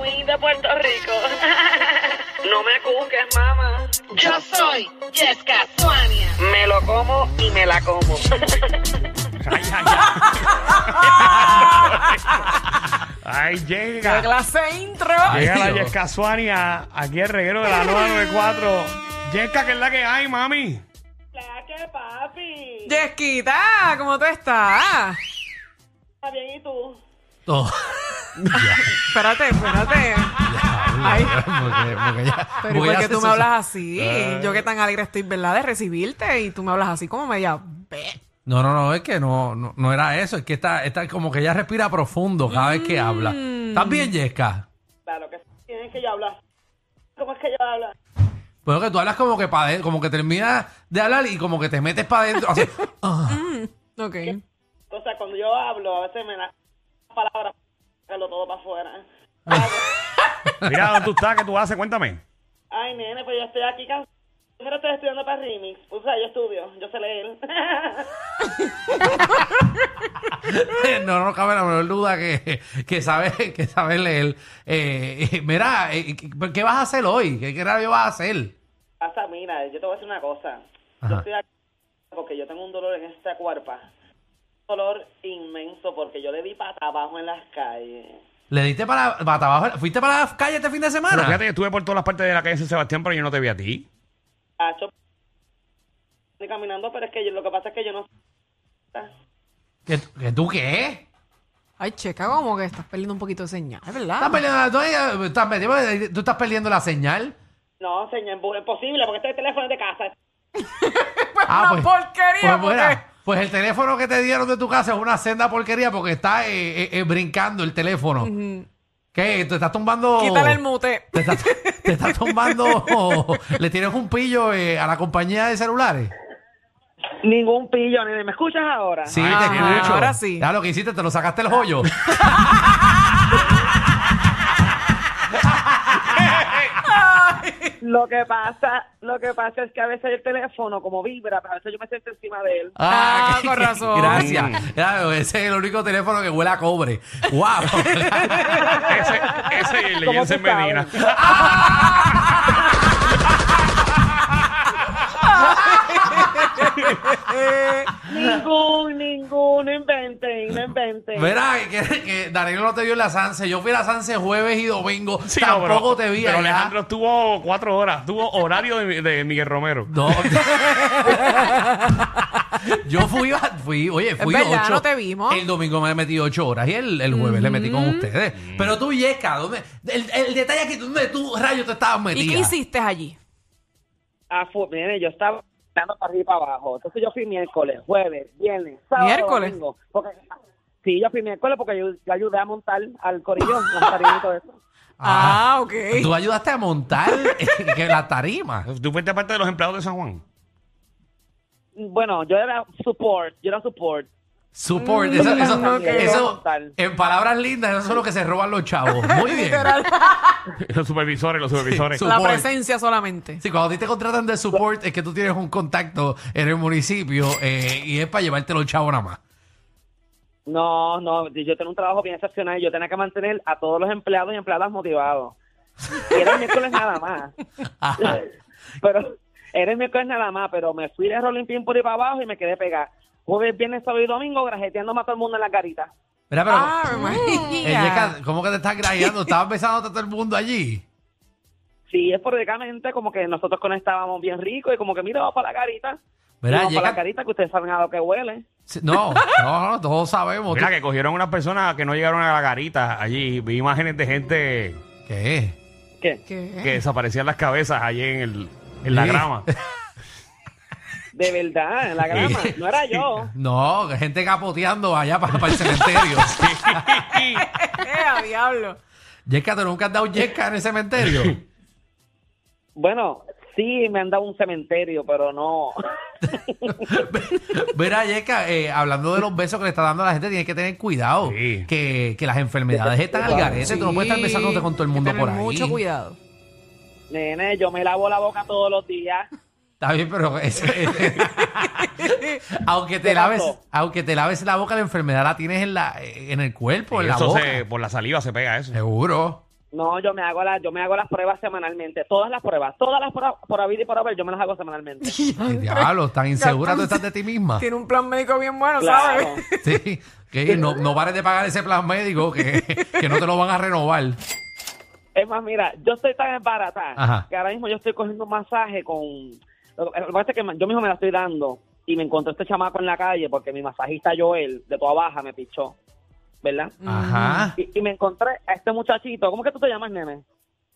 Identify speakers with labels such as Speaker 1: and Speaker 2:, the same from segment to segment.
Speaker 1: de Puerto Rico.
Speaker 2: No me cuques, mamá.
Speaker 1: Yo soy Jessica Suania.
Speaker 2: Me lo como y me la como.
Speaker 3: Ay, ay, ay. Ay,
Speaker 4: ¡Qué
Speaker 3: llega.
Speaker 4: clase de intro!
Speaker 3: Llega la Yesca Suania, aquí el reguero de la 994. Yesca, que es la que hay, mami.
Speaker 5: La que papi.
Speaker 4: Yesquita, ¿cómo tú estás?
Speaker 5: Está bien, ¿y tú?
Speaker 6: No.
Speaker 4: Espérate, espérate. Ay.
Speaker 6: porque, porque ya,
Speaker 4: Pero
Speaker 6: porque
Speaker 4: ¿y por
Speaker 6: ya
Speaker 4: qué
Speaker 6: se
Speaker 4: tú me
Speaker 6: asocia-
Speaker 4: hablas así?
Speaker 6: Eh.
Speaker 4: Yo que tan alegre estoy, ¿verdad? De recibirte y tú me hablas así como media... "Ve".
Speaker 6: No, no, no, es que no, no, no era eso. Es que está, está como que ella respira profundo cada vez que habla.
Speaker 4: Mm.
Speaker 6: ¿Estás bien, Yesca?
Speaker 5: Claro que sí. Tienes que yo hablar. ¿Cómo es que yo hablo?
Speaker 6: Pues que tú hablas como que para como que terminas de hablar y como que te metes para adentro. así. Ah.
Speaker 4: Ok.
Speaker 5: O sea, cuando yo hablo, a veces me las palabras, sacarlo todo para afuera.
Speaker 3: Mira dónde tú estás, que tú haces, cuéntame.
Speaker 5: Ay, nene, pues yo estoy aquí cansado. Yo estoy estudiando para remix. O sea, yo estudio, yo sé leer.
Speaker 6: no, no cabe la menor duda que, que sabes que sabe leer. Eh, eh, mira, eh, ¿qué vas a hacer hoy? ¿Qué, qué radio vas a hacer?
Speaker 5: Pasa, mira, yo te voy a decir una cosa.
Speaker 6: Ajá.
Speaker 5: Yo estoy aquí porque yo tengo un dolor en esta cuerpa. Un dolor inmenso porque yo le di pata abajo en las calles.
Speaker 6: ¿Le diste para, para abajo? ¿Fuiste para la calle este fin de
Speaker 3: Pero
Speaker 6: semana?
Speaker 3: fíjate, yo estuve por todas las partes de la calle San Sebastián, pero yo no te vi a ti.
Speaker 5: Cacho, estoy caminando, pero es que yo- lo que pasa es que yo no
Speaker 6: ¿Que, que tú qué?
Speaker 4: Ay, checa, como que estás perdiendo un poquito de señal,
Speaker 6: ¿Estás
Speaker 4: ¿verdad?
Speaker 6: perdiendo, la- tú, eh, estás perdiendo- tú estás perdiendo la señal.
Speaker 5: No, señor, impo- imposible, porque este teléfono es de casa.
Speaker 4: Pues una porquería,
Speaker 6: Ah, pues, mira,
Speaker 4: porque-
Speaker 6: pues el teléfono que te dieron de tu casa es una senda porquería porque está eh, eh, eh, brincando el teléfono. pues, ¿Qué? ¿Te estás tumbando?
Speaker 4: Quítale el mute.
Speaker 6: Te estás, te estás tumbando. ¿Le tienes un pillo eh, a la compañía de celulares?
Speaker 5: Ningún pillo, ni me escuchas ahora.
Speaker 6: Sí,
Speaker 3: Ah,
Speaker 6: te escucho.
Speaker 4: ahora sí.
Speaker 6: Ya lo que hiciste, te lo sacaste el hoyo.
Speaker 5: Lo que pasa, lo que pasa es que a veces el teléfono como vibra, pero a veces yo me siento encima de él.
Speaker 4: Ah,
Speaker 6: qué-
Speaker 4: con razón.
Speaker 6: Gracias. Claro, ese es el único teléfono que huele a cobre. ¡Wow!
Speaker 3: Ese, ese y el de
Speaker 5: ¿Cómo
Speaker 3: Jensen
Speaker 5: tú sabes?
Speaker 3: Medina.
Speaker 5: Ningún, ningún, no inventen, no inventen.
Speaker 6: Verá que, que Danilo no te vio en la Sanse. Yo fui a la Sanse jueves y domingo.
Speaker 3: Sí, no, pero-
Speaker 6: Tampoco te vi
Speaker 3: Pero
Speaker 6: allá.
Speaker 3: Alejandro estuvo cuatro horas. Tuvo horario de, de Miguel Romero.
Speaker 6: No. Yo fui, a- fui oye, fui
Speaker 4: verdad,
Speaker 6: ocho.
Speaker 4: no te vimos.
Speaker 6: El domingo me metí ocho horas y el, el jueves le metí con ustedes. Pero tú, Yesca, ¿dónde, el, el detalle aquí, ¿dónde tú, rayo, te estabas metida?
Speaker 4: ¿Y qué hiciste allí?
Speaker 5: Ah, fu- mire, yo estaba dando para arriba y para abajo. Entonces yo fui miércoles, jueves, viernes, sábado,
Speaker 4: ¿Miércoles?
Speaker 5: domingo. Porque, sí, yo fui miércoles porque yo, yo ayudé a montar al corillo, las tarimas y todo eso.
Speaker 4: Ah, ok.
Speaker 6: Pues Tú ayudaste a montar eh, que la tarima.
Speaker 3: Tú fuiste parte de los empleados de San Juan.
Speaker 5: Bueno, yo era support, yo era support.
Speaker 6: Support. Eso,
Speaker 4: Mm,
Speaker 6: eso-
Speaker 4: ok.
Speaker 6: eso- en palabras lindas, eso es lo que se roban los chavos. Muy bien.
Speaker 3: Los supervisores, los supervisores.
Speaker 6: su-
Speaker 4: La
Speaker 6: support.
Speaker 4: presencia solamente.
Speaker 6: Sí, cuando a ti te contratan de support es que tú tienes un contacto en el municipio eh, y es para llevarte los chavos nada más.
Speaker 5: No, no, yo tengo un trabajo bien excepcional. Yo tenía que mantener a todos los empleados y empleadas motivados. Y era el miércoles nada más.
Speaker 6: Ajá.
Speaker 5: Pero era el miércoles nada más, pero me fui de rolling pin por ahí para abajo y me quedé pegada. Jueves, viernes, sábado y domingo, grajeteando más todo el mundo en la carita.
Speaker 6: Mira, pero,
Speaker 4: Ah,
Speaker 6: eh,
Speaker 4: María.
Speaker 6: Yeka, ¿cómo que te estás grayando? ¿Estabas besándote a todo el mundo allí?
Speaker 5: Sí, esporádicamente, como que nosotros conectábamos bien rico y como que, mira, vamos para la carita.
Speaker 6: Mira,
Speaker 5: vamos para la
Speaker 6: Yeka-
Speaker 5: carita, que ustedes saben a lo que huele.
Speaker 6: Sí, No, no, no, todos sabemos.
Speaker 3: Mira, que cogieron unas personas que no llegaron a la garita allí. Vi imágenes de gente
Speaker 6: ¿Qué?
Speaker 5: ¿Qué?
Speaker 3: que
Speaker 4: ¿Qué?
Speaker 3: desaparecían las cabezas allí en, el, en la
Speaker 6: ¿Eh? Sí.
Speaker 3: grama.
Speaker 5: De verdad, en la grama. No era yo.
Speaker 6: No, gente capoteando allá para, para el cementerio.
Speaker 4: Eh, a diablo.
Speaker 6: Yesca, ¿tú nunca has dado yesca en el cementerio?
Speaker 5: Bueno, sí, me han dado un cementerio, pero no.
Speaker 6: Mira, Yesca, eh, hablando de los besos que le está dando a la gente, tienes que tener cuidado.
Speaker 3: Sí.
Speaker 6: Que, que las enfermedades están al garete. Tú no puedes estar
Speaker 4: Sí,
Speaker 6: besándote con todo el
Speaker 4: hay que
Speaker 6: mundo
Speaker 4: tener
Speaker 6: por ahí.
Speaker 4: Mucho cuidado.
Speaker 5: Nene, yo me lavo la boca todos los días.
Speaker 6: Está bien, pero ese- aunque te
Speaker 5: ¿Qué
Speaker 6: laves,
Speaker 5: pasó?
Speaker 6: aunque te laves la boca, la enfermedad la tienes en la, en el cuerpo, en la
Speaker 3: eso
Speaker 6: boca.
Speaker 3: se, por la saliva se pega eso.
Speaker 6: Seguro.
Speaker 5: No, yo me hago las, yo me hago las pruebas semanalmente, todas las pruebas, todas las pruebas por haber y por haber, yo me las hago semanalmente.
Speaker 6: ¿Qué diablo? ¿Tan insegura tú estás de ti misma?
Speaker 4: Tiene un plan médico bien bueno,
Speaker 5: Claro.
Speaker 4: ¿sabes?
Speaker 6: Sí, que no, no pares de pagar ese plan médico que, que no te lo van a renovar.
Speaker 5: Es más, mira, yo estoy tan embarazada
Speaker 6: Ajá.
Speaker 5: que ahora mismo yo estoy cogiendo un masaje con. Lo que lo que pasa es que yo mismo me la estoy dando y me encontré este chamaco en la calle porque mi masajista Joel, de toda baja, me pichó, ¿verdad?
Speaker 4: Mm.
Speaker 6: Ajá.
Speaker 5: Y, y me encontré a este muchachito. ¿Cómo es que tú te llamas, nene?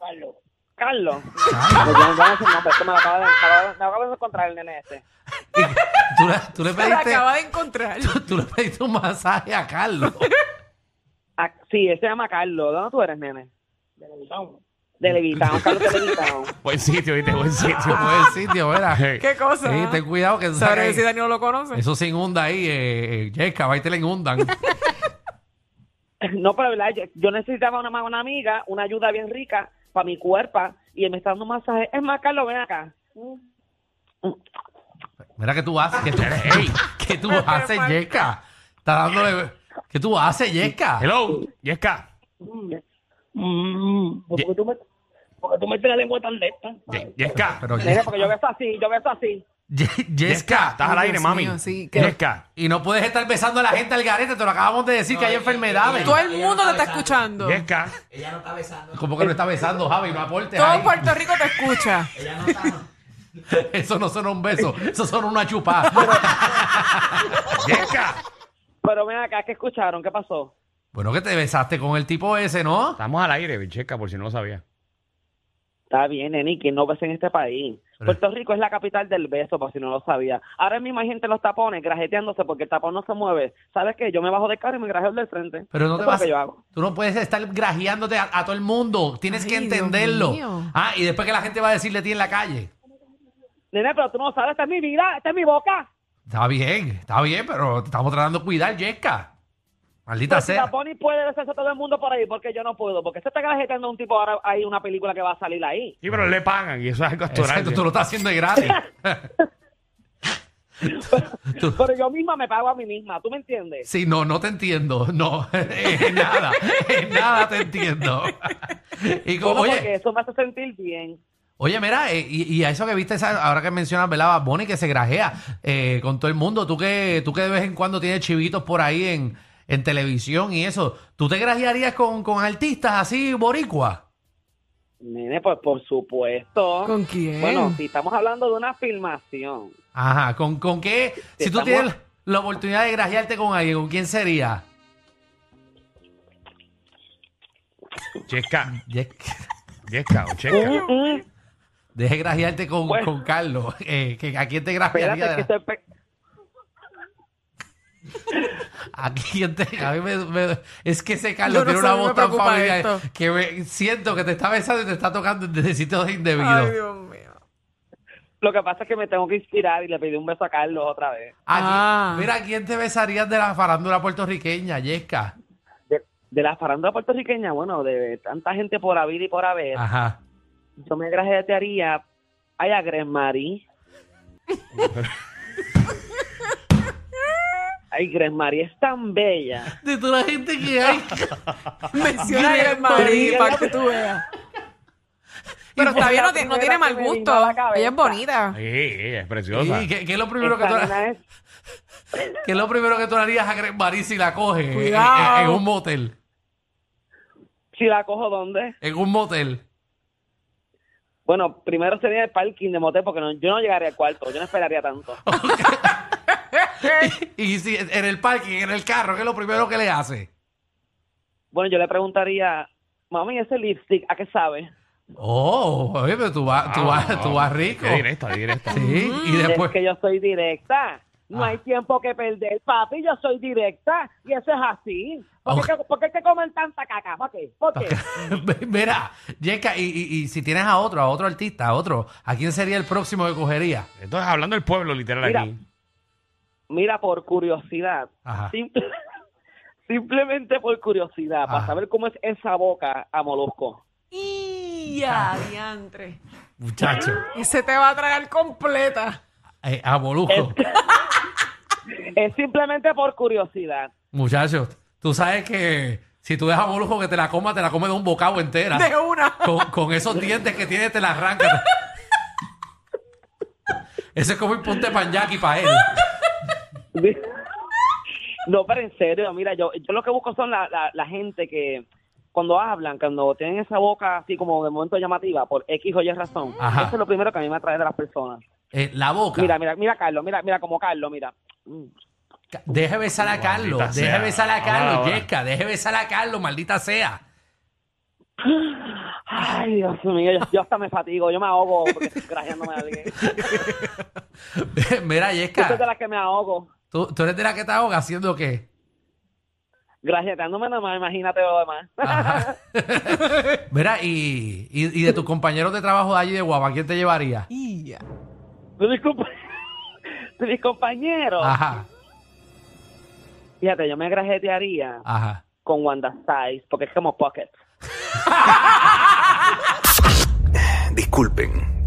Speaker 5: Carlos. Carlos.
Speaker 6: Carlos.
Speaker 5: Pues yo no sé su nombre, es que me lo acaba de, me lo acaba de- me lo acaba de encontrar el nene este.
Speaker 6: Y tú, le- tú le
Speaker 4: Se la
Speaker 6: pediste,
Speaker 4: acaba de encontrar.
Speaker 6: tú, tú le pediste un masaje a Carlos.
Speaker 5: Ah, sí, él se llama Carlos. ¿De dónde tú eres, nene? De Levitown. De Levitown, Carlos de Levitown.
Speaker 3: Buen sitio, viste, buen sitio.
Speaker 6: Como el sitio, ¿verdad?
Speaker 3: Hey.
Speaker 4: ¿Qué cosa?
Speaker 6: Sí, ten cuidado que tú sabes
Speaker 4: ¿Sabes
Speaker 6: que
Speaker 4: si Daniel lo conoce?
Speaker 6: eso se inunda ahí, eh, eh, Yesca, va y te la inundan.
Speaker 5: No, pero verdad, yo, yo necesitaba una, ma- una amiga, una ayuda bien rica para mi cuerpo y él me está dando un masaje. Es más, Carlos, ven acá.
Speaker 6: Mira que tú haces, que tú,
Speaker 3: Ey.
Speaker 6: que tú haces, Yesca. Está dándole... ¿Qué tú haces, Yesca?
Speaker 3: Hello, Yesca.
Speaker 5: ¿Por
Speaker 3: qué
Speaker 5: tú me, porque tú me tienes la lengua tan lenta?
Speaker 3: Ye- Yesca.
Speaker 6: Pero, Ye-
Speaker 5: Mira, porque yo beso así, yo beso así.
Speaker 6: Ye-
Speaker 3: Yesca,
Speaker 6: Yesca,
Speaker 3: estás al
Speaker 4: Ay,
Speaker 3: aire,
Speaker 4: Dios
Speaker 3: mami.
Speaker 4: mío, sí, que-
Speaker 3: Yesca.
Speaker 6: y no puedes estar besando a la gente al garete, te lo acabamos de decir que hay enfermedades.
Speaker 4: Todo el mundo te está escuchando.
Speaker 3: Yesca.
Speaker 6: Como que no está besando, Javi, no aportes ahí.
Speaker 4: Todo Puerto Rico te escucha.
Speaker 6: Eso no son un beso, eso son una chupada.
Speaker 3: Yesca.
Speaker 5: Pero ven acá, ¿qué escucharon? ¿Qué pasó?
Speaker 6: bueno, que te besaste con el tipo ese, ¿no?
Speaker 3: Estamos al aire, Yesca, por si no lo sabía.
Speaker 5: Está bien, Neni, que no ves en este país. Puerto Rico es la capital del beso, por si no lo sabía. Ahora mismo hay gente en los tapones, grajeteándose porque el tapón no se mueve. ¿Sabes qué? Yo me bajo del carro y me grajeo el del frente.
Speaker 6: Pero no
Speaker 5: Eso
Speaker 6: te
Speaker 5: es
Speaker 6: vas.
Speaker 5: lo que yo hago.
Speaker 6: Tú no puedes estar grajeándote a, a todo el mundo. Tienes
Speaker 4: Ay,
Speaker 6: que
Speaker 4: Dios
Speaker 6: entenderlo.
Speaker 4: mío.
Speaker 6: Ah, y después que la gente va a decirle a ti en la calle.
Speaker 5: Nene, pero tú no sabes, esta es mi vida, esta es mi boca.
Speaker 6: Está bien, está bien, pero te estamos tratando de cuidar, Yesca. Maldita
Speaker 5: Pero si
Speaker 6: sea.
Speaker 5: Bad Bunny puede besarse a todo el mundo por ahí, porque yo no puedo. Porque se está grajeteando un tipo ahora, hay una película que va a salir ahí.
Speaker 3: Sí, pero le pagan y eso es algo astral.
Speaker 6: Exacto, tú lo estás haciendo de gratis. Tú-
Speaker 5: Pero yo misma me pago a mí misma, ¿tú me entiendes?
Speaker 6: Sí, no, no te entiendo. No, en nada, en nada te entiendo. Y como,
Speaker 5: Bueno,
Speaker 6: oye,
Speaker 5: Porque eso me hace sentir bien.
Speaker 6: Oye, mira, eh, y, y a eso que viste, esa- ahora que mencionas, ¿verdad? Bad Bunny que se grajea eh, con todo el mundo. Tú que, tú que de vez en cuando tienes chivitos por ahí en, en televisión y eso. ¿Tú te grajearías con, con artistas así, boricua?
Speaker 5: Nene, pues por supuesto.
Speaker 4: ¿Con quién?
Speaker 5: Bueno, si estamos hablando de una filmación.
Speaker 6: Ajá, ¿con, con qué?
Speaker 5: Sí,
Speaker 6: Si tú
Speaker 5: estamos-
Speaker 6: tienes la oportunidad de grajearte con alguien, ¿con quién sería?
Speaker 3: Yesca,
Speaker 6: Ye-
Speaker 3: Yesca o Yesca.
Speaker 5: Mm,
Speaker 6: Deje grajearte con,
Speaker 5: Bueno.
Speaker 6: con Carlos. eh, que, ¿A quién te
Speaker 5: Pues, Espérate,
Speaker 6: grajearías?
Speaker 5: que
Speaker 6: de la-
Speaker 5: estoy pe-
Speaker 6: ¿A quién te.? A mí me, me- es que ese Carlos
Speaker 4: Yo no
Speaker 6: tiene
Speaker 4: sé,
Speaker 6: una
Speaker 4: a mí me
Speaker 6: voz tan
Speaker 4: preocupa
Speaker 6: familiar
Speaker 4: esto.
Speaker 6: que me- siento que te está besando y te está tocando desde sitios indebidos.
Speaker 4: Ay, Dios mío.
Speaker 5: Lo que pasa es que me tengo que inspirar y le pedí un beso a Carlos otra vez.
Speaker 6: ¿A quién-
Speaker 4: Ah.
Speaker 6: Mira, ¿a quién te besarías de la farándula puertorriqueña, Yesca?
Speaker 5: De, de la farándula puertorriqueña, bueno, de tanta gente por haber y por haber,
Speaker 6: Ajá.
Speaker 5: yo me grajetearía ay, a Gres Marie.
Speaker 6: Uh.
Speaker 5: Ay, Gres Marie es tan bella.
Speaker 6: De toda la gente que hay.
Speaker 4: Menciona a
Speaker 6: Gran
Speaker 4: Mari
Speaker 5: María.
Speaker 4: para que tú veas. Pero está bien, no, tiene- no tiene mal
Speaker 5: que me vino
Speaker 4: gusto.
Speaker 5: a la cabeza.
Speaker 4: Ella es bonita.
Speaker 3: Sí, ella es preciosa.
Speaker 6: Sí, ¿qué, qué es lo primero que tú,
Speaker 5: Esta nena es-
Speaker 6: qué es lo primero que tú le harías a Gres Marí si la coges en,
Speaker 4: Cuidado.
Speaker 6: en- en un motel?
Speaker 5: si la cojo, ¿dónde?
Speaker 6: En un motel.
Speaker 5: Bueno, primero sería el parking de motel porque no- yo no llegaría al cuarto, yo no esperaría tanto.
Speaker 6: Y si en el parking, en el carro, ¿qué es lo primero que le hace?
Speaker 5: Bueno, yo le preguntaría, mami, ese lipstick, ¿a qué sabe?
Speaker 6: Oh, oye, pero tú vas, tú
Speaker 3: Ah,
Speaker 6: vas, tú vas rico.
Speaker 3: Qué directa, directa.
Speaker 6: Sí, y después.
Speaker 5: Es que yo soy directa. No
Speaker 6: Ah.
Speaker 5: hay tiempo que perder, papi. Yo soy directa y eso es así. ¿Por qué,
Speaker 6: Ok.
Speaker 5: que- por qué que comen tanta caca? ¿Por qué? ¿Por qué?
Speaker 6: Mira, Yesca, y, y- y si tienes a otro, a otro artista, a otro, ¿a quién sería el próximo que cogería?
Speaker 3: Entonces, hablando del pueblo, literal,
Speaker 5: Mira.
Speaker 3: aquí.
Speaker 5: Mira, por curiosidad,
Speaker 6: Ajá.
Speaker 5: simple- simplemente por curiosidad,
Speaker 6: Ah.
Speaker 5: para saber cómo es esa boca a Molusco.
Speaker 4: Y ya, diantre.
Speaker 6: Muchacho.
Speaker 4: Ese te va a tragar completa.
Speaker 6: Eh, a Molusco.
Speaker 5: Es simplemente por curiosidad.
Speaker 6: Muchachos, tú sabes que Si tú dejas a Molusco que te la coma, te la come de un bocado entera.
Speaker 4: De una.
Speaker 6: Con, con esos dientes que tiene, te la arranca. Eso es como un punte panyaki para él.
Speaker 5: No, pero en serio, mira, yo, yo lo que busco son la, la, la gente que cuando hablan, cuando tienen esa boca así como de momento llamativa, por X o Y razón,
Speaker 6: Ajá.
Speaker 5: eso es lo primero que a mí me atrae de las personas.
Speaker 6: Eh, la boca.
Speaker 5: Mira, mira, mira Carlos, mira, mira como Carlos, mira. Mm.
Speaker 6: Ca- Deje besar a Carlos.
Speaker 3: Maldita
Speaker 6: Deje
Speaker 3: sea.
Speaker 6: besar a
Speaker 3: Ahora,
Speaker 6: Carlos,
Speaker 3: ahora.
Speaker 6: Yesca. Deje besar a Carlos, maldita sea.
Speaker 5: Ay, Dios mío, yo, yo hasta me fatigo, yo me ahogo porque estoy grajeándome a alguien.
Speaker 6: Mira,
Speaker 5: Yo soy de
Speaker 6: Yesca.
Speaker 5: las que me ahogo,
Speaker 6: ¿tú, tú eres de la que te ahoga haciendo qué?
Speaker 5: grajeándome nada más, imagínate lo demás.
Speaker 6: Ajá. Mira, y, y, y de tus compañeros de trabajo de allí de Guapa, ¿quién te llevaría?
Speaker 4: Y ya.
Speaker 5: De mis, compa- de mis compañeros.
Speaker 6: Ajá,
Speaker 5: Fíjate, yo me grajetearía
Speaker 6: ajá.
Speaker 5: con Wanda Size porque es como pocket.
Speaker 7: Disculpen,